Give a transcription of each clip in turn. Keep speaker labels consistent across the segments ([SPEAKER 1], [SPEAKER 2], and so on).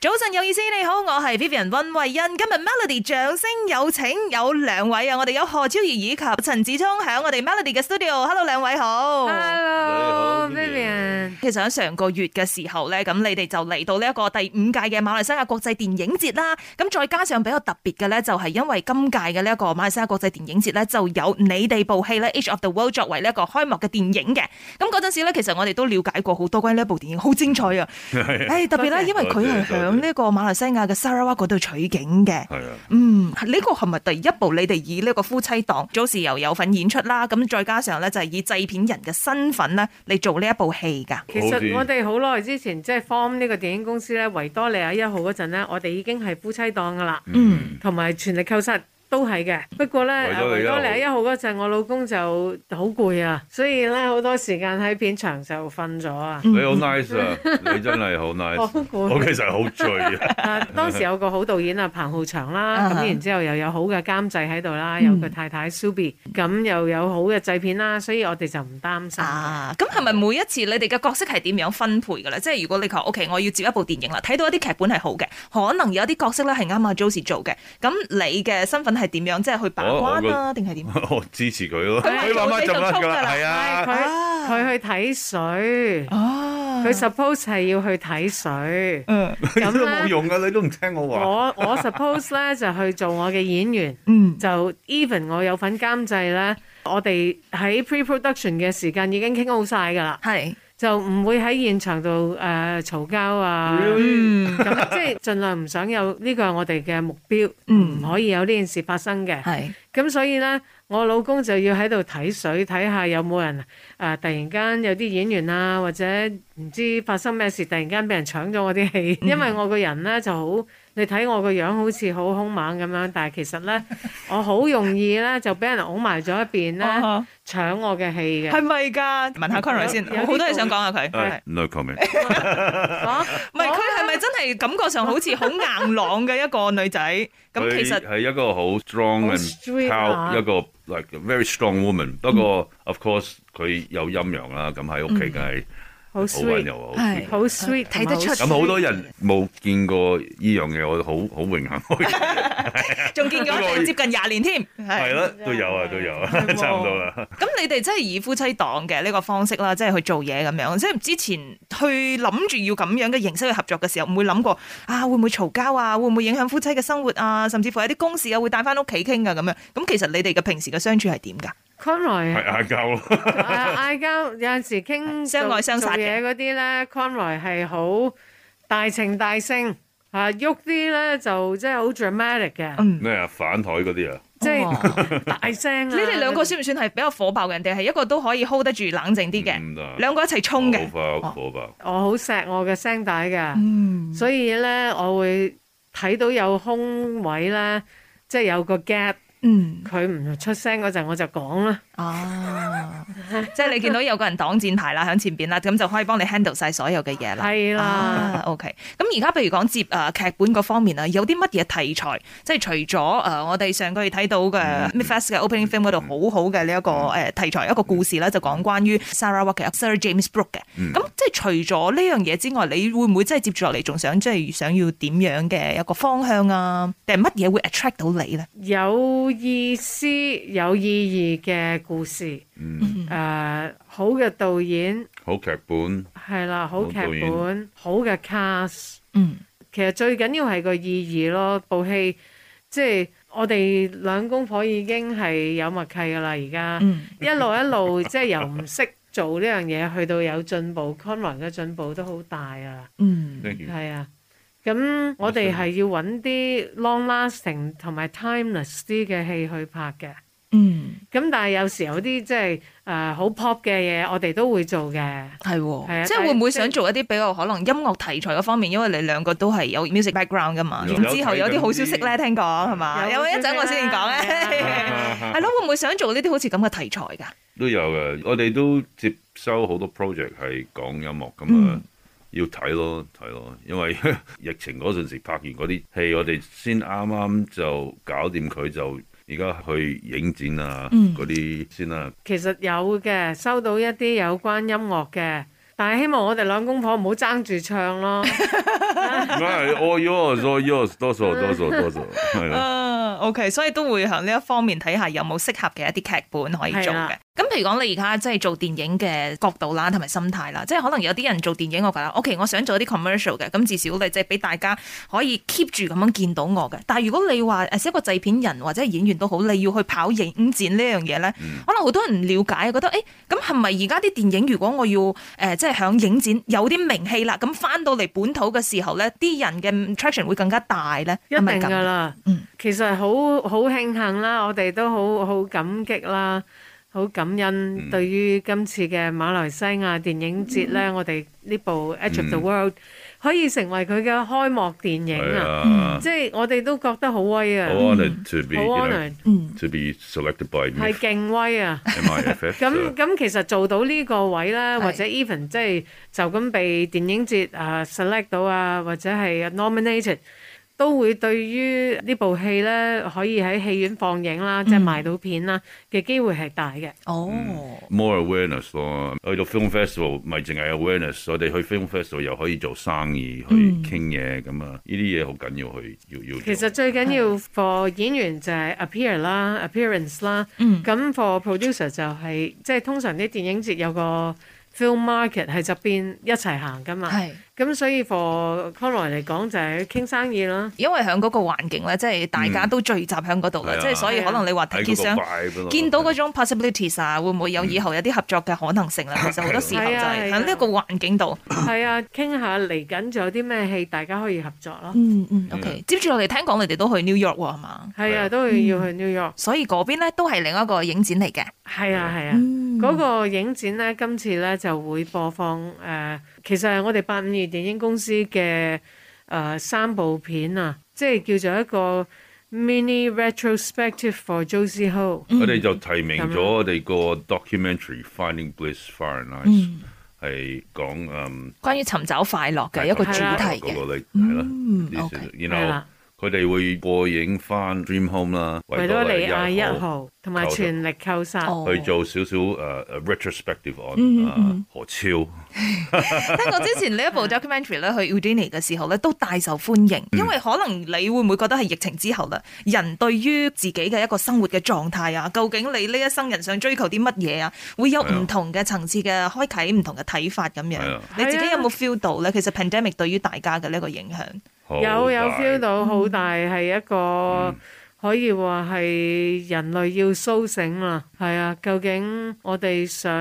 [SPEAKER 1] 早晨有意思，你好，我係 Vivian 溫慧欣。今日 Melody 掌聲有請有兩位啊，我哋有何超儀以及陳子聰喺我哋 Melody 嘅 studio。Hello，兩位好。
[SPEAKER 2] Hello，
[SPEAKER 3] 哦你好 Vivian
[SPEAKER 1] 其實喺上個月嘅時候咧，咁你哋就嚟到呢一個第五屆嘅馬來西亞國際電影節啦。咁再加上比較特別嘅咧，就係因為今屆嘅呢一個馬來西亞國際電影節咧，就有你哋部戲咧《Edge of the World》作為呢一個開幕嘅電影嘅。咁嗰陣時咧，其實我哋都了解過好多關於呢一部電影，好精彩啊！誒、特別咧，因為佢係響呢個馬來西亞嘅沙拉哇嗰度取景嘅。
[SPEAKER 2] 係啊，
[SPEAKER 1] 嗯，呢個係咪第一部你哋以呢個夫妻檔早時又有份演出啦？咁再加上咧就係以製片人嘅身份咧嚟做呢一部戲㗎。
[SPEAKER 3] 其
[SPEAKER 2] 好似
[SPEAKER 3] 實我哋好耐之前即係 form 呢個電影公司咧，維多利亞一號嗰陣咧，我哋已經係夫妻檔噶啦，
[SPEAKER 1] 嗯，
[SPEAKER 3] 同埋全力扣殺都係嘅。不過咧，
[SPEAKER 2] 維
[SPEAKER 3] 誒
[SPEAKER 2] 多
[SPEAKER 3] 維
[SPEAKER 2] 利亞號
[SPEAKER 3] 多利亞一號嗰陣，我老公就好攰啊，所以咧好多時間喺片場就瞓咗 啊，
[SPEAKER 2] 你好 nice 啊，你真係好 nice。
[SPEAKER 3] 好攰。
[SPEAKER 2] 我其實好醉啊，
[SPEAKER 3] 啊！當時有個好導演啊，彭浩翔啦，
[SPEAKER 1] 啊
[SPEAKER 3] 咁
[SPEAKER 1] 哈
[SPEAKER 3] 然之後又有好嘅監製喺度啦，
[SPEAKER 1] 嗯
[SPEAKER 3] 有佢太太 Subi，咁又有好嘅製片啦，所以我哋就唔擔心。
[SPEAKER 1] 啊，咁係咪每一次你哋嘅角色係點樣分配嘅咧？即係如果你求 OK，我要接一部電影啦，睇到一啲劇本係好嘅，可能有一啲角色咧係啱阿啊 Josie 做嘅，咁你嘅身份係點樣？即係去把
[SPEAKER 2] 我我
[SPEAKER 1] 關
[SPEAKER 2] 個哦
[SPEAKER 1] 啦，定係點？
[SPEAKER 2] 我支持佢咯。
[SPEAKER 1] 佢
[SPEAKER 2] 佢慢慢浸
[SPEAKER 1] 佢就
[SPEAKER 2] 啦，㗎
[SPEAKER 1] 衝㗎
[SPEAKER 2] 啦，
[SPEAKER 1] 啦
[SPEAKER 2] 係
[SPEAKER 3] 係
[SPEAKER 2] 啊。
[SPEAKER 3] 佢
[SPEAKER 1] 啊
[SPEAKER 3] 佢去睇水，
[SPEAKER 1] 哦，
[SPEAKER 3] 佢 suppose 係要去睇 水。
[SPEAKER 1] 嗯
[SPEAKER 2] 你
[SPEAKER 3] 咁
[SPEAKER 2] 嗯都冇
[SPEAKER 3] 咧，
[SPEAKER 2] 用啊噶，你都唔聽我話。
[SPEAKER 3] 我我 suppose 咧就去做我嘅演員，
[SPEAKER 1] 嗯
[SPEAKER 3] 就 even 我有份監製咧，我哋喺 pre-production 嘅時間已經傾好晒㗎啦，
[SPEAKER 1] 係
[SPEAKER 3] 就唔會喺現場度誒嘈交啊。
[SPEAKER 1] 嗯
[SPEAKER 3] 咁即係盡量唔想有呢個係我哋嘅目標，唔、
[SPEAKER 1] 嗯
[SPEAKER 3] 可以有呢件事發生嘅。
[SPEAKER 1] 係
[SPEAKER 3] 咁所以呢，我老公就要喺度睇水，睇下有冇人啊、突然間有啲演員啊，或者唔知發生咩事，突然間俾人搶咗我啲 戲。因為我個人呢就好，你睇我個樣好似好兇猛咁樣，但係其 實呢，我好容易呢就俾人㧬埋咗一邊呢，
[SPEAKER 1] 啊
[SPEAKER 3] 搶我嘅戲嘅。
[SPEAKER 1] 係咪㗎？問下 Conroy 先，
[SPEAKER 3] 有有啲
[SPEAKER 1] 我好多嘢想講啊下佢。係
[SPEAKER 2] No comment。
[SPEAKER 3] 啊
[SPEAKER 1] 唔係佢係咪真係感覺上好似好硬朗嘅一個女仔？咁其實
[SPEAKER 2] 佢係一個好 strong
[SPEAKER 3] 好
[SPEAKER 2] and
[SPEAKER 3] straight
[SPEAKER 2] proud
[SPEAKER 3] 啊
[SPEAKER 2] 一個 like a very strong woman。不過 of course 佢有陰陽啦，咁喺屋企梗係
[SPEAKER 3] 好
[SPEAKER 2] 好温
[SPEAKER 3] sweet，
[SPEAKER 2] 柔好
[SPEAKER 1] 係
[SPEAKER 2] sweet。
[SPEAKER 3] 好 sweet，
[SPEAKER 1] 睇得出
[SPEAKER 3] 同
[SPEAKER 2] 咁
[SPEAKER 3] 埋
[SPEAKER 2] 好多人冇見過呢樣嘢，我好好榮幸。
[SPEAKER 1] 仲見過一定接近廿年添，
[SPEAKER 2] 係啦，都有啊，都有啊， 差唔多啦。
[SPEAKER 1] 咁你哋真係以夫妻檔嘅呢個方式啦，即係去做嘢咁樣。即係之前去諗住要咁樣嘅形式去合作嘅時候，唔會諗過啊會唔會嘈交啊，會唔會影響夫妻嘅生活啊，甚至乎有啲公事啊會帶翻屋企傾噶咁樣。咁其實你哋嘅平時嘅相處係點㗎？
[SPEAKER 3] Conroy
[SPEAKER 2] 係嗌交咯。
[SPEAKER 3] 啊嗌交有陣時傾
[SPEAKER 1] 相愛相
[SPEAKER 3] 做
[SPEAKER 1] 殺嘅
[SPEAKER 3] 做嘢嗰啲咧，Conroy 係好大情大性啊，喐啲咧就即係好 dramatic 嘅，
[SPEAKER 1] 嗯，
[SPEAKER 2] 咩啊？反台嗰啲啊？
[SPEAKER 3] 即係
[SPEAKER 1] 哦
[SPEAKER 3] 大聲啊！
[SPEAKER 1] 你哋兩個算唔算係比較火爆嘅人哋？係一個都可以 hold 得住冷靜啲嘅，
[SPEAKER 2] 唔得啊
[SPEAKER 1] 兩個一齊衝嘅。
[SPEAKER 2] 好爆火爆。
[SPEAKER 3] 我好錫我嘅聲帶嘅，
[SPEAKER 1] 嗯，
[SPEAKER 3] 所以咧我會睇到有空位咧，即係有個 gap，
[SPEAKER 1] 嗯，
[SPEAKER 3] 佢唔出聲嗰陣我就講啦。
[SPEAKER 1] 啊， 即係你見到有個人擋箭牌啦，喺前邊啦，咁就可以幫你 handle 晒所有嘅嘢啦。
[SPEAKER 3] 係啦，
[SPEAKER 1] 啊，OK。咁而家譬如講接誒劇本嗰方面啊，有啲乜嘢題材？即係除咗誒、呃我哋上個月睇到嘅 Midfest 嘅 opening film 嗰度好好嘅呢一個誒題材一個故事啦，就講關於 Sarah Walker Sir James Brooke 嘅。
[SPEAKER 2] 嗯
[SPEAKER 1] 咁即係除咗呢樣嘢之外，你會唔會即係接住落嚟仲想即係想要點樣嘅一個方向啊？定係乜嘢會 attract 到你咧？
[SPEAKER 3] 有意思、有意義嘅故事，
[SPEAKER 2] 嗯，
[SPEAKER 3] 誒、好嘅導演。
[SPEAKER 2] 好劇本。
[SPEAKER 3] 係啦，好劇
[SPEAKER 2] 導
[SPEAKER 3] 本，好嘅 cast，
[SPEAKER 1] 嗯
[SPEAKER 3] 其實最緊要係個意義咯。部戲即係我哋兩公婆已經係有默契噶啦，而家、
[SPEAKER 1] 嗯
[SPEAKER 3] 一路一路 即係由唔識做呢樣嘢，去到有進步，Conroy 嘅進步都好大啊，
[SPEAKER 1] 嗯
[SPEAKER 2] Thank you。
[SPEAKER 3] 係啊。咁我哋係要揾啲 long lasting 同埋 timeless 啲嘅戲去拍嘅。
[SPEAKER 1] 嗯，
[SPEAKER 3] 咁但係有時有啲即係誒好 pop 嘅嘢，我哋都會做嘅。
[SPEAKER 1] 係
[SPEAKER 3] 係
[SPEAKER 1] 喎，
[SPEAKER 3] 啊
[SPEAKER 1] 即係會唔會想做一啲比較可能音樂題材嗰方面？因為你兩個都係有 music background 噶嘛，
[SPEAKER 2] 有
[SPEAKER 1] 然之後有啲好消息咧，聽講係嘛？有
[SPEAKER 3] 有
[SPEAKER 1] 冇一陣我先講咧？ 係咯，會唔會想做呢啲好似咁嘅題材㗎？
[SPEAKER 2] 都有嘅，我哋都接收好多 project 係講音樂咁啊，
[SPEAKER 1] 嗯
[SPEAKER 2] 要睇咯睇咯，因為 疫情嗰陣時拍完嗰啲戲，我哋先啱啱就搞掂佢就。而家去影展啊，
[SPEAKER 1] 嗯
[SPEAKER 2] 嗰啲先啦。
[SPEAKER 3] 其實有嘅，收到一啲有關音樂嘅，但係希望我哋兩公婆唔好爭住唱 咯。
[SPEAKER 2] 唔係 all yours all yours，多數多數多數係咯。
[SPEAKER 1] 啊，OK，所以都會喺呢一方面睇下有冇適合嘅一啲劇本可以做
[SPEAKER 3] 係
[SPEAKER 1] 嘅
[SPEAKER 3] 啦。
[SPEAKER 1] 咁譬如講，你而家即係做電影嘅角度啦，同埋心態啦，即係可能有啲人做電影，我覺得 OK，我想做一啲 commercial 嘅，咁至少你即係俾大家可以 keep 住咁樣見到我嘅。但係如果你話誒，一個製片人或者係演員都好，你要去跑影展呢樣嘢咧，
[SPEAKER 3] 嗯
[SPEAKER 1] 可能好多人唔了解，覺得誒，咁係咪而家啲電影如果我要誒、呃即係響影展有啲名氣啦，咁翻到嚟本土嘅時候咧，啲人嘅 traction 會更加大咧，
[SPEAKER 3] 一
[SPEAKER 1] 係咪
[SPEAKER 3] 定
[SPEAKER 1] 咁
[SPEAKER 3] 噶啦
[SPEAKER 1] 嗯，
[SPEAKER 3] 其實好好慶幸啦，我哋都好好感激啦，好感恩
[SPEAKER 2] 嗯
[SPEAKER 3] 對於今次嘅馬來西亞電影節咧，
[SPEAKER 1] 嗯
[SPEAKER 3] 我哋呢部《Edge of the
[SPEAKER 2] 嗯
[SPEAKER 3] World》可以成為佢嘅開幕電影
[SPEAKER 2] 係
[SPEAKER 3] 啊！
[SPEAKER 2] 啊
[SPEAKER 3] 即係我哋都覺得好威啊
[SPEAKER 2] 好，honoured to be
[SPEAKER 3] 好
[SPEAKER 2] you know,
[SPEAKER 3] honoured，
[SPEAKER 1] 嗯。
[SPEAKER 2] to be selected by
[SPEAKER 3] 係勁威啊！
[SPEAKER 2] MIFF
[SPEAKER 3] 咁咁其實做到呢個位啦，
[SPEAKER 1] 係
[SPEAKER 3] 或者 even 即係就咁被電影節啊 select 到啊，或者係 nominated，都會對於呢部戲咧可以喺戲院放映
[SPEAKER 1] 嗯
[SPEAKER 3] 啦，即係賣到片啦嘅機會係大嘅。
[SPEAKER 1] 哦，
[SPEAKER 2] more awareness 咯，去到 film festival 咪淨係 awareness，我哋去 film festival 又可以做生意，去
[SPEAKER 1] 嗯
[SPEAKER 2] 傾嘢咁啊，呢啲嘢好緊要去要要做。
[SPEAKER 3] 其實最緊要 for 演員就係 appear 啦，appearance 啦。
[SPEAKER 1] 嗯
[SPEAKER 3] 咁 for producer 就係、即係通常啲電影節有個 film market 喺側邊一齊行噶嘛。
[SPEAKER 1] 係，
[SPEAKER 3] 咁所以 for Conroy 嚟講就係傾生意啦。
[SPEAKER 1] 因為喺嗰個環境咧，即係大家都聚集喺嗰度啦，
[SPEAKER 2] 係啊
[SPEAKER 1] 即係所以可能你話
[SPEAKER 2] 喺
[SPEAKER 1] 睇
[SPEAKER 2] 嗰
[SPEAKER 1] 結
[SPEAKER 2] 個
[SPEAKER 1] 想
[SPEAKER 2] vibe 咯
[SPEAKER 1] 見到嗰種 possibilities 啊，會唔會有以後有啲合作嘅可能性啦？其實好多時候就
[SPEAKER 3] 係啊
[SPEAKER 1] 係
[SPEAKER 3] 係啊
[SPEAKER 1] 喺呢一個環境度。
[SPEAKER 3] 係啊，傾下嚟緊仲有啲咩戲大家可以合作咯。
[SPEAKER 1] 嗯嗯，OK。接住落嚟聽講你哋都去 New York 喎，係嘛？
[SPEAKER 3] 係
[SPEAKER 2] 係啊
[SPEAKER 3] 啊，都會要去 New York。
[SPEAKER 1] 所以嗰邊咧都係另一個影展嚟嘅。
[SPEAKER 3] 係啊，係啊。
[SPEAKER 1] 嗯
[SPEAKER 3] 嗰個影展呢，今次呢就會播放誒、呃其實係我哋八五二電影公司嘅誒、呃三部片啊，即係叫做一個 mini retrospective for Josie Ho。
[SPEAKER 2] 我
[SPEAKER 1] 嗯
[SPEAKER 2] 哋就提名
[SPEAKER 3] 咁
[SPEAKER 2] 咗
[SPEAKER 3] 樣
[SPEAKER 2] 我哋個 documentary Finding Bliss Far and Nice
[SPEAKER 1] 嗯，
[SPEAKER 2] 係講嗯
[SPEAKER 1] 關於尋找快樂嘅一個主題嘅。
[SPEAKER 2] 嗰個你啊係咯，
[SPEAKER 1] 嗯
[SPEAKER 2] 呢
[SPEAKER 1] ，OK。
[SPEAKER 2] 啲
[SPEAKER 3] 係
[SPEAKER 2] 然後
[SPEAKER 3] 啦，
[SPEAKER 2] 佢哋會過影翻 Dream Home 啦，
[SPEAKER 3] 維多利亞啊一號同埋全力扣殺。
[SPEAKER 1] 哦
[SPEAKER 2] 去做少少誒 retrospective
[SPEAKER 1] 嗯
[SPEAKER 2] on
[SPEAKER 1] 嗯
[SPEAKER 2] 啊
[SPEAKER 1] 嗯
[SPEAKER 2] 何超。
[SPEAKER 1] 聽過之前呢一部 documentary 咧，去 Udine 嘅時候咧，都大受歡迎，
[SPEAKER 2] 嗯
[SPEAKER 1] 因為可能你會唔會覺得係疫情之後啦，人對於自己嘅一個生活嘅狀態啊，究竟你呢一生人想追求啲乜嘢啊，會有唔同嘅層次嘅開啓，唔同嘅睇法咁樣
[SPEAKER 2] 係啊。
[SPEAKER 1] 你自己有冇 feel 到咧？其實 pandemic 對於大家嘅呢一個影響，
[SPEAKER 2] 好
[SPEAKER 3] 有有
[SPEAKER 2] 大嗯
[SPEAKER 3] feel 到好大，係一個可以話係人類要甦醒啦。係啊，究竟我哋想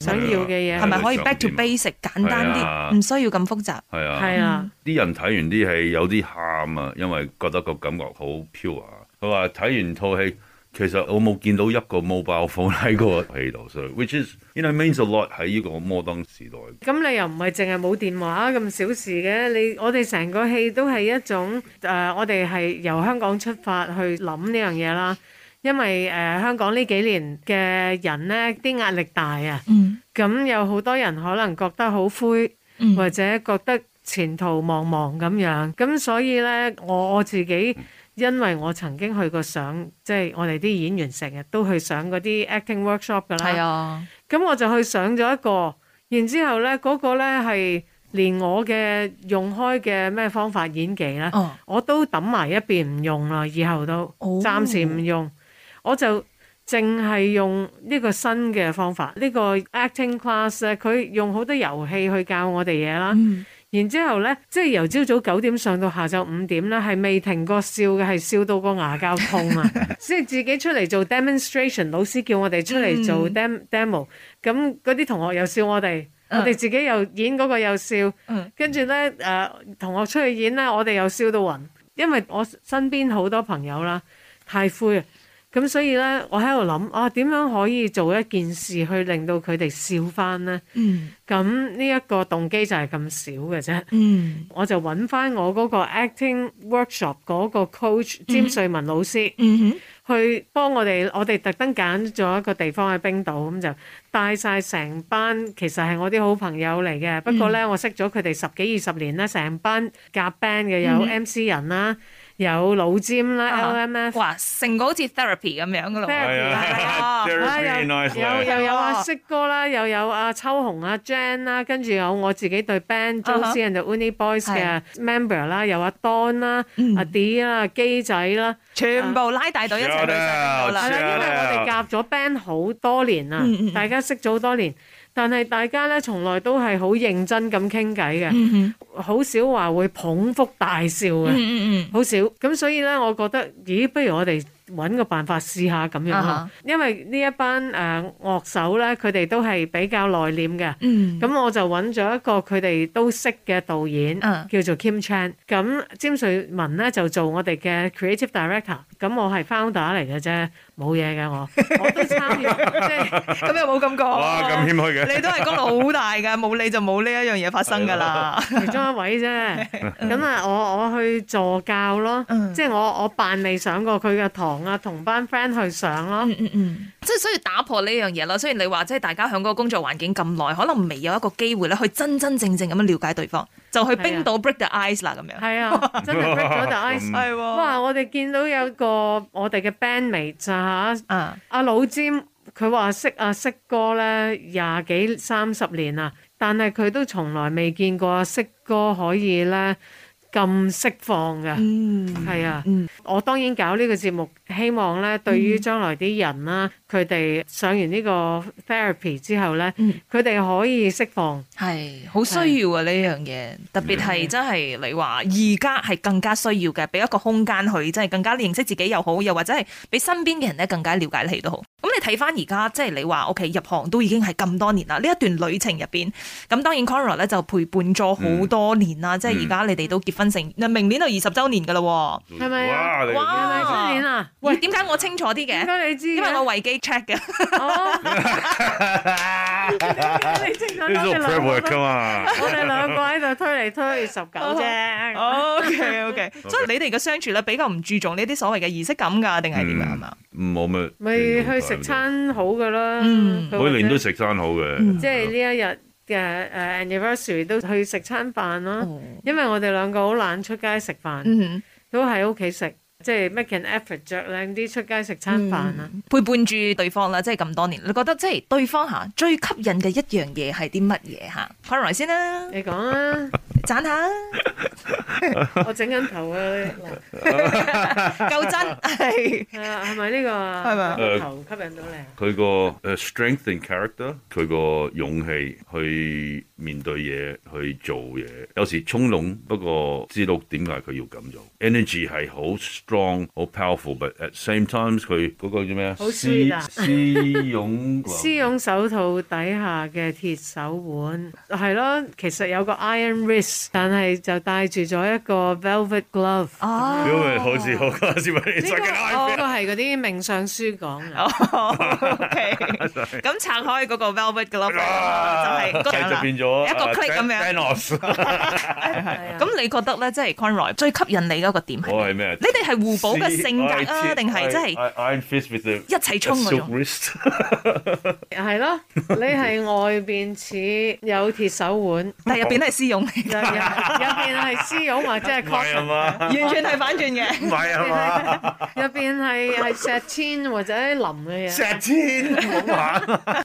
[SPEAKER 3] 想要嘅嘢
[SPEAKER 1] 係咪可以
[SPEAKER 2] 係啊
[SPEAKER 1] back to basic 簡單
[SPEAKER 2] 係啊
[SPEAKER 1] 啲，唔需要咁複雜？
[SPEAKER 2] 係啊，
[SPEAKER 3] 係啊，
[SPEAKER 2] 啲人睇完啲戲有啲喊啊，因為覺得個感覺好 pure 啊。佢話睇完套戲，其實我冇見到一個 mobile phone 喺個 戲度，所以 which is you know means a lot 喺呢個摩登時代。
[SPEAKER 3] 咁你又唔係淨係冇電話啊咁小事嘅，你我哋成個戲都係一種誒、呃我哋係由香港出發去諗呢樣嘢啦。因為誒、呃香港呢幾年嘅人呢啲壓力大啊，
[SPEAKER 1] 嗯
[SPEAKER 3] 咁有好多人可能覺得好灰，
[SPEAKER 1] 嗯
[SPEAKER 3] 或者覺得前途茫茫咁樣。咁所以呢，我我自己因為我曾經去過上，即係我哋啲演員成日都去上嗰啲 acting workshop 㗎啦。
[SPEAKER 1] 係啊，
[SPEAKER 3] 咁我就去上咗一個，然之後呢，嗰、個呢係連我嘅用開嘅咩方法演技呢，
[SPEAKER 1] 哦，
[SPEAKER 3] 我都抌埋一邊唔用啦，以後都
[SPEAKER 1] 哦
[SPEAKER 3] 暫時唔用，我就淨係用呢個新嘅方法，呢、個 acting class 呢，佢用好多遊戲去教我哋嘢啦。
[SPEAKER 1] 嗯
[SPEAKER 3] 然之後呢，即係由朝早九點上到下晝五點呢，係未停過笑嘅，係笑到個牙膠痛啊！即係自己出嚟做 demonstration，老師叫我哋出嚟做 dem demo，咁嗰啲同學又笑我哋，我
[SPEAKER 1] 嗯
[SPEAKER 3] 哋自己又演嗰個又笑，
[SPEAKER 1] 嗯
[SPEAKER 3] 跟住呢，誒、同學出去演呢，我哋又笑到暈，因為我身邊好多朋友啦，太灰啊！咁所以呢，我喺度諗啊，點樣可以做一件事去令到佢哋笑翻呢？
[SPEAKER 1] 嗯
[SPEAKER 3] 咁呢一個動機就係咁少嘅啫。
[SPEAKER 1] 嗯
[SPEAKER 3] 我就揾翻我嗰個 acting workshop 嗰個 coach 詹瑞文老師，
[SPEAKER 1] 嗯
[SPEAKER 3] 去幫我哋，我哋特登揀咗一個地方喺冰島，咁就帶晒成班，其實係我啲好朋友嚟
[SPEAKER 1] 嗯
[SPEAKER 3] 嘅。不過呢，我識咗佢哋十幾二十年啦，成班夾 band 嘅有 MC 人啦，有腦尖啦、
[SPEAKER 1] 嗯啊
[SPEAKER 3] LMF
[SPEAKER 1] 哇，成個好似 therapy 咁樣噶咯喎。
[SPEAKER 3] Therapy
[SPEAKER 1] 係
[SPEAKER 2] 係啊
[SPEAKER 1] 啊
[SPEAKER 3] 啊
[SPEAKER 2] ，Therapy
[SPEAKER 3] 有
[SPEAKER 2] Nice
[SPEAKER 3] 有
[SPEAKER 2] Life
[SPEAKER 3] 又有阿
[SPEAKER 1] 哦
[SPEAKER 3] 色哥啦，又有阿秋紅、阿 Jan 啦，跟住有我自己對 band
[SPEAKER 1] 啊哈
[SPEAKER 3] Josie and the Uni Boys 嘅 member 啦，有阿 Don 啦、
[SPEAKER 1] 嗯
[SPEAKER 3] 阿 D 啦、基仔啦，
[SPEAKER 1] 全部拉大隊一齊去上到啦
[SPEAKER 3] 係。
[SPEAKER 2] Shout
[SPEAKER 3] 啦，因
[SPEAKER 2] out
[SPEAKER 3] 為我哋夾咗 band 好多年啦
[SPEAKER 1] 啊嗯嗯，嗯
[SPEAKER 3] 大家識咗好多年，但係大家咧從來都係好認真咁傾偈嘅，
[SPEAKER 1] 嗯
[SPEAKER 3] 好少話會捧腹大笑
[SPEAKER 1] 嗯
[SPEAKER 3] 嘅，
[SPEAKER 1] 嗯嗯
[SPEAKER 3] 好少。咁所以咧，我覺得，咦，不如我哋揾個辦法試下咁樣
[SPEAKER 1] 啊
[SPEAKER 3] 啦
[SPEAKER 1] 哈。
[SPEAKER 3] 因為呢一班誒、呃、樂手咧，佢哋都係比較內斂嘅。
[SPEAKER 1] 嗯，
[SPEAKER 3] 咁我就揾咗一個佢哋都識嘅導演，
[SPEAKER 1] 嗯
[SPEAKER 3] 叫做 Kim Chan。咁詹瑞文咧就做我哋嘅 creative director。咁我係 founder 嚟嘅啫，冇嘢嘅 我，我都參與，即係
[SPEAKER 1] 咁又冇咁講。
[SPEAKER 3] 哦
[SPEAKER 2] 哇，咁謙虛嘅，
[SPEAKER 1] 你都係功勞好大㗎，冇你就冇呢一樣嘢發生㗎啦。
[SPEAKER 2] 啊
[SPEAKER 3] 其中一位啫。咁啊，我我去助教咯，
[SPEAKER 1] 嗯
[SPEAKER 3] 即係我我扮未上過佢嘅堂啊，同班 friend 去上咯。
[SPEAKER 1] 嗯嗯，即係所以打破呢樣嘢啦。雖然你話即係大家喺嗰個工作環境咁耐，可能未有一個機會咧去真真正正咁樣了解對方，就去冰島 break the ice 啦咁樣。
[SPEAKER 3] 係 啊，真係 break 咗 the ice。
[SPEAKER 2] 嗯
[SPEAKER 1] 係喎，
[SPEAKER 3] 哇！我哋見到有個我哋嘅 bandmate 咋嚇，
[SPEAKER 1] 啊，
[SPEAKER 3] 阿老詹佢話識阿識哥咧廿幾三十年啦，但係佢都從來未見過阿識哥可以咧咁釋放嘅。
[SPEAKER 1] 嗯，
[SPEAKER 3] 係啊，
[SPEAKER 1] 嗯
[SPEAKER 3] 我當然搞呢個節目，希望咧對於將來啲人啦，佢哋上完呢個 therapy 之後咧，
[SPEAKER 1] 嗯
[SPEAKER 3] 佢哋可以釋放。
[SPEAKER 1] 係好需要啊呢樣嘢，特別係真係你話而家係更加需要嘅，俾一個空間佢，真係更加認識自己又好，又或者係俾身邊嘅人咧更加了解你都好。咁你睇翻而家即係你話，OK 入行都已經係咁多年啦，呢一段旅程入邊，咁當然 Conor 咧就陪伴咗好多年啦，即係而家你哋都結婚成，明年就二十週年噶啦喎。
[SPEAKER 3] 係咪啊
[SPEAKER 2] 哇，你
[SPEAKER 1] 哇
[SPEAKER 3] 係咪出年啊？
[SPEAKER 1] 喂，點解我清楚啲
[SPEAKER 3] 點
[SPEAKER 1] 嘅？
[SPEAKER 3] 解你知嘅？
[SPEAKER 1] 因為我維基 check 嘅，
[SPEAKER 3] 哦， 你清楚
[SPEAKER 2] 呢
[SPEAKER 3] 多
[SPEAKER 2] 做
[SPEAKER 3] 謝
[SPEAKER 2] prep
[SPEAKER 3] 兩
[SPEAKER 2] work
[SPEAKER 3] 個
[SPEAKER 2] 噶嘛？
[SPEAKER 3] 我哋兩個喺度推嚟推去十九啫。
[SPEAKER 1] OK OK，所以你哋嘅相處咧比較唔注重呢啲所謂嘅儀式感㗎，定係點樣係啊嘛？
[SPEAKER 2] 嗯冇咩，
[SPEAKER 3] 咪去食，餐好噶啦，
[SPEAKER 1] 嗯
[SPEAKER 3] 佢或者
[SPEAKER 2] 每年都食餐好嘅，
[SPEAKER 3] 即係呢一日嘅誒 à, anniversary 都去食餐飯啦。
[SPEAKER 1] 哦
[SPEAKER 3] 因為我哋兩個好懶出街食飯，
[SPEAKER 1] 嗯。
[SPEAKER 3] 都喺屋企食，即係 make an effort 着靚啲出街食餐飯啦。
[SPEAKER 1] 陪伴住對方啦，即係咁多年，你覺得即係對方嚇最吸引嘅一樣嘢係啲乜嘢嚇 c o r 先啦，
[SPEAKER 3] 你講啊，
[SPEAKER 1] 讚下，
[SPEAKER 3] 我整緊頭啊，嗱
[SPEAKER 1] 夠真 係
[SPEAKER 3] 係啊係咪呢個啊？
[SPEAKER 1] 係咪啊
[SPEAKER 3] 個頭吸引到你啊？
[SPEAKER 2] 佢個誒 strength and character，佢個勇氣去面對嘢，去做嘢。有時衝動，不過知道點解佢要咁做。Energy 係好 strong，好 powerful，but at same times 佢嗰個叫咩啊？
[SPEAKER 3] 好 sweet 啊
[SPEAKER 2] 絲絲絨
[SPEAKER 3] 絲絨手套底下嘅鐵手腕，係咯，其實有個 iron wrist，但係就戴住咗一個 velvet glove。
[SPEAKER 1] 哦，
[SPEAKER 2] 因為好似好嗰陣時俾你
[SPEAKER 3] 呢
[SPEAKER 2] 塞
[SPEAKER 3] 個
[SPEAKER 2] 嘅 iPad
[SPEAKER 3] 呢個係嗰啲命相書講啊嘅，
[SPEAKER 1] OK，咁拆開嗰個 velvet glove
[SPEAKER 2] 啊
[SPEAKER 1] 就係嗰
[SPEAKER 2] 繼
[SPEAKER 1] 樣
[SPEAKER 2] 續
[SPEAKER 1] 啦。
[SPEAKER 2] 變咗啊
[SPEAKER 1] 一個 click 咁樣
[SPEAKER 2] Thanos
[SPEAKER 3] 係啊
[SPEAKER 1] 咁你覺得咧，即係 Conroy 最吸引你嘅一個點係
[SPEAKER 2] 我
[SPEAKER 1] 咩？
[SPEAKER 2] 係咩？
[SPEAKER 1] 你哋係互補嘅性格啊，定係即係
[SPEAKER 2] Iron Fist with the
[SPEAKER 1] 一齊衝嗰
[SPEAKER 2] silk
[SPEAKER 1] 種？
[SPEAKER 2] wrist？
[SPEAKER 3] 係咯，你係外邊似有鐵手 腕，
[SPEAKER 1] 但係入邊都係絲絨
[SPEAKER 3] 入
[SPEAKER 1] 嚟
[SPEAKER 3] 入入邊係絲絨或者係
[SPEAKER 2] 唔係啊
[SPEAKER 3] cotton，
[SPEAKER 2] 嘛，
[SPEAKER 1] 嘅，完全係反轉嘅。
[SPEAKER 2] 唔係啊嘛。
[SPEAKER 3] 入邊係係石千或者林嘅嘢。
[SPEAKER 2] 天，好玩。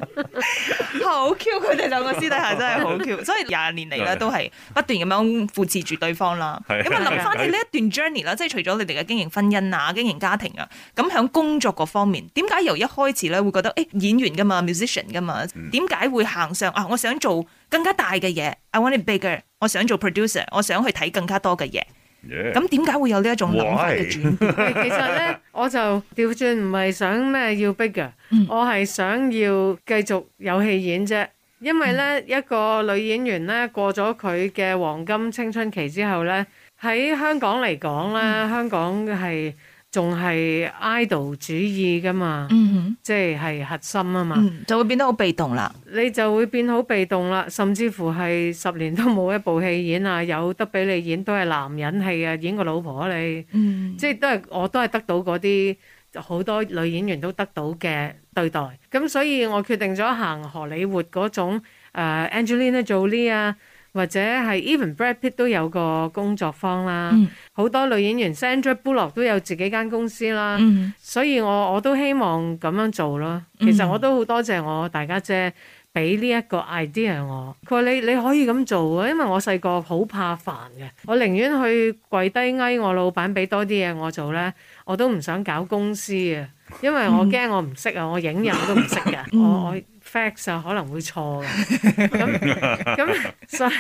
[SPEAKER 1] 好 Q，佢哋兩個私底下真係 好 Q，所以廿年嚟咧都係不斷咁樣扶持住對方啦。
[SPEAKER 2] 係
[SPEAKER 1] 咁啊，諗翻起呢一段 journey 啦，即係除咗你哋嘅經營婚姻啊、經營家庭啊，咁喺工作嗰方面，點解由一開始咧會覺得誒、欸演員噶嘛、musician 噶嘛，點解會行上啊？我想做更加大嘅嘢，I want it bigger，我想做 producer，我想去睇更加多嘅嘢。
[SPEAKER 2] 咁
[SPEAKER 1] 咁點解會有呢一種諗法嘅
[SPEAKER 2] Why？
[SPEAKER 1] 轉 變？
[SPEAKER 3] 喂其實咧，我就調轉唔係想咩要 bigger，、我係想要繼續有戲演啫。因為咧，一個女演員咧過咗佢嘅黃金青春期之後咧，喺香港嚟講咧，香港係仲係 idol 主義噶嘛，
[SPEAKER 1] 嗯
[SPEAKER 3] 即係係核心啊嘛，
[SPEAKER 1] 嗯，就會變得好被動啦。
[SPEAKER 3] 你就會變好被動啦，甚至乎係十年都冇一部戲演啊，有得俾你演都係男人戲啊，演個老婆啊你。
[SPEAKER 1] 嗯，
[SPEAKER 3] 即係都係我都係得到嗰啲好多女演員都得到嘅對待，咁所以我決定咗行荷里活嗰種、呃 Angelina Jolie 啊，或者係 even Brad Pitt 都有個工作坊啦
[SPEAKER 1] 嗯，
[SPEAKER 3] 好、多女演員 Sandra Bullock 都有自己間公司啦。
[SPEAKER 1] 嗯
[SPEAKER 3] 所以我我都希望咁樣做咯。其實我都好多謝我大家姐俾呢一個 idea 我。佢話你你可以咁做啊，因為我細個好怕煩嘅，我寧願去跪低翳我老闆俾多啲嘢我做咧，我都唔想搞公司啊，因為我驚我唔識啊，我影印我都唔識嘅，我我 fax 啊可能會錯嘅。咁 咁所以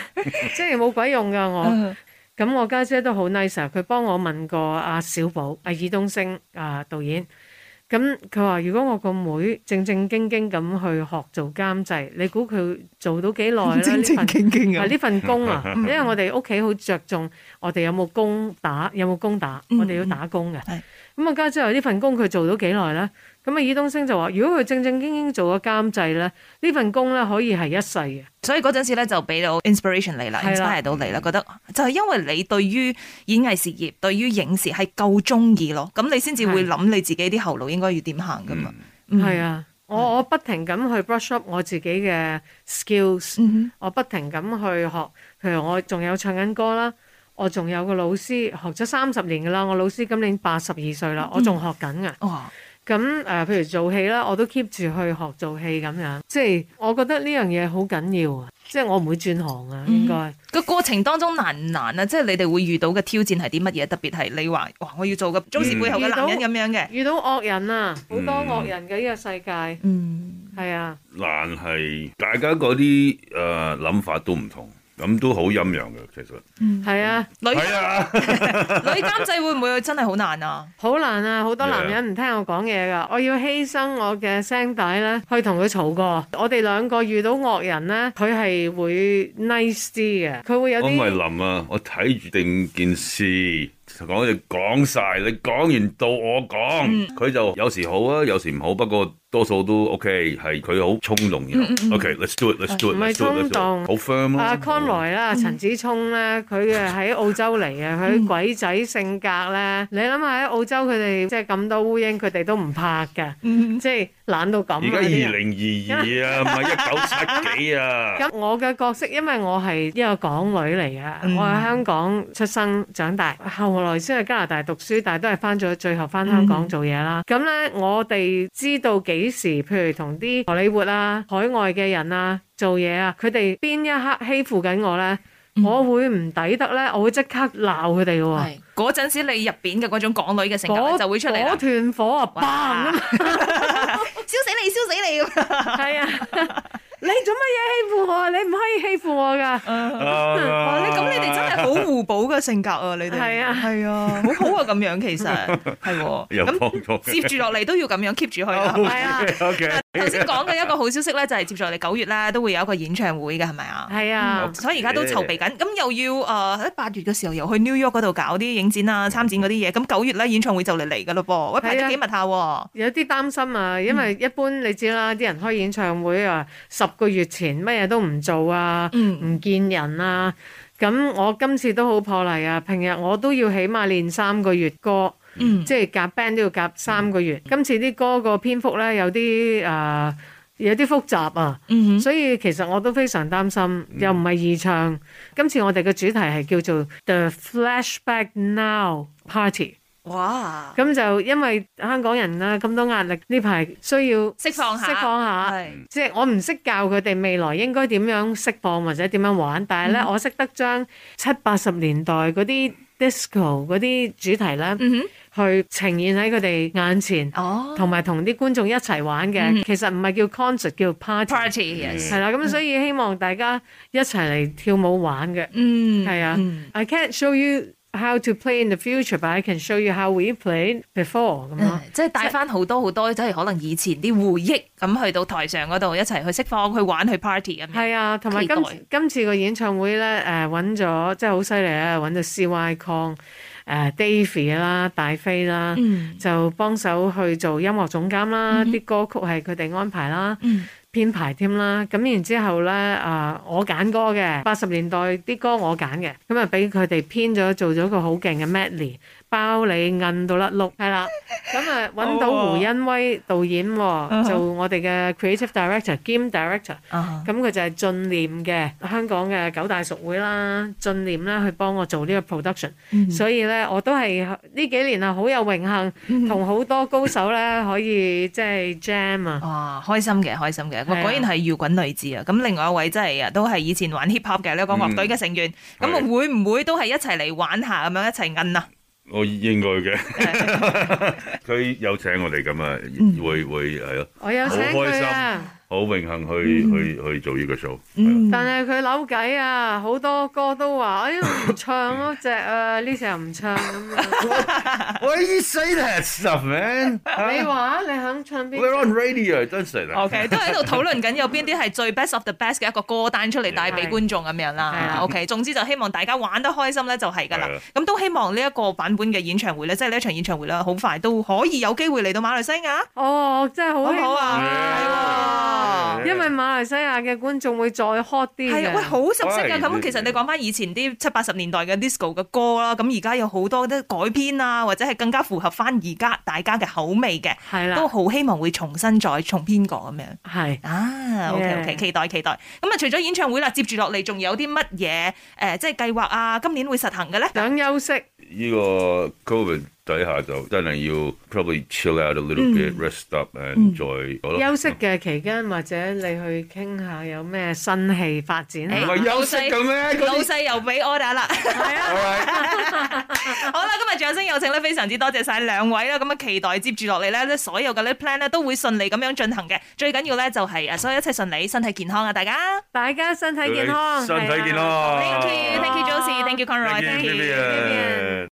[SPEAKER 3] 即係冇鬼用㗎我。
[SPEAKER 1] 嗯
[SPEAKER 3] 咁我家姐都好 nice 啊，佢幫我問過阿小寶、阿爾冬升啊導演。咁佢話：如果我個妹正正經經咁去學做監製，你估佢做到幾耐
[SPEAKER 1] 哦
[SPEAKER 3] 咧？呢份
[SPEAKER 1] 經經
[SPEAKER 3] 啊呢份工啊，因為我哋屋企好着重，我哋有冇工打，有冇工打，
[SPEAKER 1] 嗯
[SPEAKER 3] 我哋要打工嘅。
[SPEAKER 1] 係
[SPEAKER 3] 咁我家姐話呢份工佢做到幾耐咧？咁啊，爾冬升就話：如果佢正正經經做個監製咧，呢份工咧可以係一世嘅。
[SPEAKER 1] 所以嗰陣時咧就俾到 inspiration 你啦
[SPEAKER 3] 係啦嗯
[SPEAKER 1] ，inspire 到你啦，覺得就係因為你對於演藝事業、對於影視係夠中意咯，咁你先至會
[SPEAKER 3] 係
[SPEAKER 1] 諗你自己啲後路應該要點行噶嘛。嗯
[SPEAKER 3] 係，啊，我我不停咁去 brush up 我自己嘅 skills，
[SPEAKER 1] 嗯
[SPEAKER 3] 我不停咁去學。譬如我仲有唱緊歌啦，我仲有個老師學咗三十年噶啦，我老師今年八十二歲啦，我仲學緊嘅。
[SPEAKER 1] 哼，哇，
[SPEAKER 3] 咁誒、呃譬如做戲啦，我都 keep 住去學做戲咁樣。即係我覺得呢樣嘢好緊要啊！即係我唔會轉行啊，應該。
[SPEAKER 1] 個過程當中難唔難啊？即係你哋會遇到嘅挑戰係啲乜嘢？特別係你話哇，我要做個中時背後嘅男人咁樣嘅，
[SPEAKER 3] 遇到惡人啊，好多
[SPEAKER 2] 嗯
[SPEAKER 3] 惡人嘅呢個世界，
[SPEAKER 1] 嗯
[SPEAKER 3] 係啊，
[SPEAKER 2] 難係大家嗰啲誒諗法都唔同，咁都好陰陽嘅其實。
[SPEAKER 3] 係啊。
[SPEAKER 1] 女
[SPEAKER 2] 係啊，
[SPEAKER 1] 女監製會唔會真係好難啊？
[SPEAKER 3] 好難啊！好多男人唔聽我講嘢噶，我要犧牲我嘅聲帶咧，去同佢嘈過。我哋兩個遇到惡人咧，佢係會 nice 啲嘅，佢會有
[SPEAKER 2] 我咪
[SPEAKER 3] 啲
[SPEAKER 2] 林啊，我睇住定件事。講你講晒，你講完到我講，佢、就有時好啊，有時唔好，不過多數都 OK，係佢好衝動嘅。OK，let's do it，let's do
[SPEAKER 3] 唔係
[SPEAKER 2] it，let's do
[SPEAKER 3] 衝
[SPEAKER 2] it，let's do
[SPEAKER 3] 動
[SPEAKER 2] it，好 firm 咯。
[SPEAKER 3] 阿啊 Conroy 啦、陳子聰咧，佢嘅喺澳洲嚟嘅，佢鬼仔性格咧，你諗下喺澳洲佢哋即係咁多烏蠅，佢哋都唔怕嘅，
[SPEAKER 1] 嗯
[SPEAKER 3] 即係懶到咁啊
[SPEAKER 2] 而家二
[SPEAKER 3] 啲人
[SPEAKER 2] 零二二啊，唔係一九七 幾啊。
[SPEAKER 3] 咁我嘅角色，因為我係一個港女嚟嘅，
[SPEAKER 1] 嗯
[SPEAKER 3] 我喺香港出生長大，後來先去加拿大讀書，但係都係翻咗最後翻香
[SPEAKER 1] 嗯
[SPEAKER 3] 港做嘢啦。咁咧、我哋知道幾時，譬如同啲荷里活啊、海外嘅人啊做嘢啊，佢哋邊一刻欺負緊我咧，我會唔抵得咧，我會即刻鬧佢哋嘅喎。
[SPEAKER 1] 嗯係嗰陣時你入邊嘅嗰種港女嘅性格
[SPEAKER 3] 嗰
[SPEAKER 1] 咧就會出嚟啦
[SPEAKER 3] 嗰，團火啊，
[SPEAKER 1] 哇
[SPEAKER 3] 砰咁！
[SPEAKER 1] 燒死你，燒死你咁。
[SPEAKER 3] 係啊， 你做乜嘢欺負我啊？你唔可以欺負我㗎！
[SPEAKER 1] 哇！
[SPEAKER 2] 哇
[SPEAKER 1] 你咁你哋真係好互補嘅性格啊！你哋
[SPEAKER 3] 係啊
[SPEAKER 1] 係啊，好好啊咁樣其實 係喎。
[SPEAKER 2] 又幫
[SPEAKER 1] 咁
[SPEAKER 2] 到
[SPEAKER 1] 接住落嚟都要咁樣 keep 住去啦。係咪
[SPEAKER 3] 係啊。
[SPEAKER 2] O K，
[SPEAKER 1] 頭先講嘅一個好消息咧，就係接住落嚟九月咧都會有一個演唱會嘅，係咪啊？
[SPEAKER 3] 係啊
[SPEAKER 1] 嗯，所以而家都籌備緊，咁又要誒喺八月嘅時候又去 New York 嗰度搞啲影展啊、參展嗰啲嘢，咁九月咧演唱會就嚟嚟噶咯噃，喂排
[SPEAKER 3] 係
[SPEAKER 1] 得
[SPEAKER 3] 啊
[SPEAKER 1] 幾密下喎，
[SPEAKER 3] 有啲擔心啊，因
[SPEAKER 1] 嗯
[SPEAKER 3] 為一般你知啦，啲人開演唱會啊，十個月前乜嘢都唔做啊，
[SPEAKER 1] 嗯
[SPEAKER 3] 唔見人啊。咁我今次都好破例啊，平日我都要起碼練三個月歌，
[SPEAKER 1] 嗯
[SPEAKER 3] 即係夾 band 都要夾三個月。今次啲歌個篇幅咧有啲誒、呃有啲複雜啊，
[SPEAKER 1] 嗯
[SPEAKER 3] 所以其實我都非常擔心，又唔係易唱。今次我哋嘅主題係叫做 The Flashback Now Party。
[SPEAKER 1] 哼，哇，
[SPEAKER 3] 咁就因為香港人啦咁多壓力，呢排需要
[SPEAKER 1] 釋放下，
[SPEAKER 3] 釋放下。
[SPEAKER 1] 係
[SPEAKER 3] 即係我唔識教佢哋未來應該點樣釋放或者點樣玩，但係
[SPEAKER 1] 嗯
[SPEAKER 3] 咧、我識得將七八十年代嗰啲 disco 嗰啲主題咧，
[SPEAKER 1] 嗯
[SPEAKER 3] 去呈現喺佢哋眼前，
[SPEAKER 1] 哼，哦嗯
[SPEAKER 3] 同埋同啲觀眾一齊玩嘅。其實唔係叫 concert，叫 party。
[SPEAKER 1] ，party yes，
[SPEAKER 3] 係啦，咁所以希望大家一齊嚟跳舞玩嘅。
[SPEAKER 1] 嗯，
[SPEAKER 3] 係啊
[SPEAKER 1] 嗯
[SPEAKER 3] I can't show you how to play in the future, but I can show you how we played before 咁咯
[SPEAKER 1] 嗯。即係帶翻好多好多，即係可能以前啲回憶咁去到台上嗰度一齊去釋放、去玩、去 party 咁樣。
[SPEAKER 3] 係啊，同埋
[SPEAKER 1] 嗯期待
[SPEAKER 3] 今次今次個演唱會咧，誒揾咗即係好犀利啊！揾咗 C.Y. Kong、誒 Davy 啦、大飛啦，
[SPEAKER 1] 嗯
[SPEAKER 3] 就幫手去做音樂總監啦，啲、歌曲係佢哋安排啦、
[SPEAKER 1] 嗯
[SPEAKER 3] 編排添啦。咁然之後咧，啊、我揀歌嘅，八十年代啲歌我揀嘅，咁啊俾佢哋編咗做咗個好勁嘅 medley。包你韌到甩碌，係啦。咁啊揾到
[SPEAKER 1] 哦
[SPEAKER 3] 胡恩威導演
[SPEAKER 1] 嗯
[SPEAKER 3] 喎，做我哋嘅 creative director 兼 director。
[SPEAKER 1] 啊
[SPEAKER 3] 咁佢就係進念嘅香港嘅九大熟會啦，進念啦去幫我做呢個 production，、
[SPEAKER 1] 嗯
[SPEAKER 3] 所以咧我都係呢幾年啊好有榮幸，同好多高手咧可以即係 jam 啊，
[SPEAKER 1] 哇，開心嘅，開心嘅，
[SPEAKER 3] 係啊
[SPEAKER 1] 果然係搖滾女子啊！咁另外一位真係啊，都係以前玩 hip hop 嘅呢個樂隊嘅成員，咁
[SPEAKER 2] 嗯係
[SPEAKER 1] 會唔會都係一齊嚟玩下咁樣一齊摁啊？
[SPEAKER 2] 我應該 嘅，佢有請我哋咁啊，
[SPEAKER 1] 嗯
[SPEAKER 2] 會會係咯，
[SPEAKER 3] 我有請
[SPEAKER 2] 好開
[SPEAKER 3] 佢
[SPEAKER 2] 心
[SPEAKER 3] 啊，
[SPEAKER 2] 好榮幸去去去做呢個 show。
[SPEAKER 1] 嗯，
[SPEAKER 3] 但係佢扭計啊，好多歌都話哎呀唔唱嗰只啊，呢隻又唔唱 咁啊，
[SPEAKER 2] Why you say that stuff, man？
[SPEAKER 3] 你話你肯唱邊
[SPEAKER 2] We're on radio, don't say that.
[SPEAKER 1] OK，都喺度討論緊有邊啲係最 best of the best 嘅一個歌單出嚟帶俾觀眾咁樣
[SPEAKER 3] 係
[SPEAKER 1] 啦
[SPEAKER 3] 啊。
[SPEAKER 1] OK，總之就希望大家玩得開心咧就係㗎啦
[SPEAKER 2] 係啊。
[SPEAKER 1] 咁都希望呢一個版本嘅演唱會咧，即係呢一場演唱會啦，好快都可以有機會嚟到馬來西亞，
[SPEAKER 3] 哦，真係
[SPEAKER 1] 好
[SPEAKER 3] 好
[SPEAKER 1] 唔好啊？
[SPEAKER 2] 係
[SPEAKER 3] 興
[SPEAKER 2] 啊
[SPEAKER 3] 奮，因為馬來西亞嘅觀眾會再 hot 啲
[SPEAKER 1] 係啊，喂，
[SPEAKER 3] 嘅。
[SPEAKER 1] 好熟悉啊！
[SPEAKER 2] 喂
[SPEAKER 1] 咁其實你講翻以前啲七八十年代嘅 disco 嘅歌啦，咁而家有好多啲改編啊，或者係更加符合翻而家大家嘅口味嘅，
[SPEAKER 3] 係啦
[SPEAKER 1] 都，好希望會重新再重編過咁樣。
[SPEAKER 3] 係。
[SPEAKER 1] 啊，OK OK，
[SPEAKER 3] Yeah
[SPEAKER 1] 期待期待。咁啊，除咗演唱會啦，接住落嚟仲有啲乜嘢誒，即係計劃啊？今年會實行嘅咧？
[SPEAKER 3] 想休息，
[SPEAKER 2] 呢個 COVID 底下就真係要 probably chill out a little bit,
[SPEAKER 1] 嗯
[SPEAKER 2] rest up and 再好咯
[SPEAKER 3] 休息嘅期間或者你去傾下有咩新戲發展啊
[SPEAKER 2] 唔
[SPEAKER 3] 下。
[SPEAKER 2] 係啊休息嘅咩？
[SPEAKER 1] 嗯老
[SPEAKER 2] 嗰啲
[SPEAKER 1] 細又俾 order 啦。
[SPEAKER 3] 係啊
[SPEAKER 2] All right，
[SPEAKER 1] 好啦，今日掌聲有請咧，非常之多謝晒兩位啦。咁啊，期待接住落嚟咧，所有嘅咧 plan 咧都會順利咁樣進行嘅。最緊要咧就係呃誒，所有一切順利，身體健康啊，大家。
[SPEAKER 3] 大家身體健康，
[SPEAKER 2] 身體健
[SPEAKER 3] 係啊
[SPEAKER 2] 康。
[SPEAKER 1] Thank you，thank you，Josie，thank you，Conroy，thank
[SPEAKER 2] Thank you,
[SPEAKER 1] you。
[SPEAKER 2] Vivian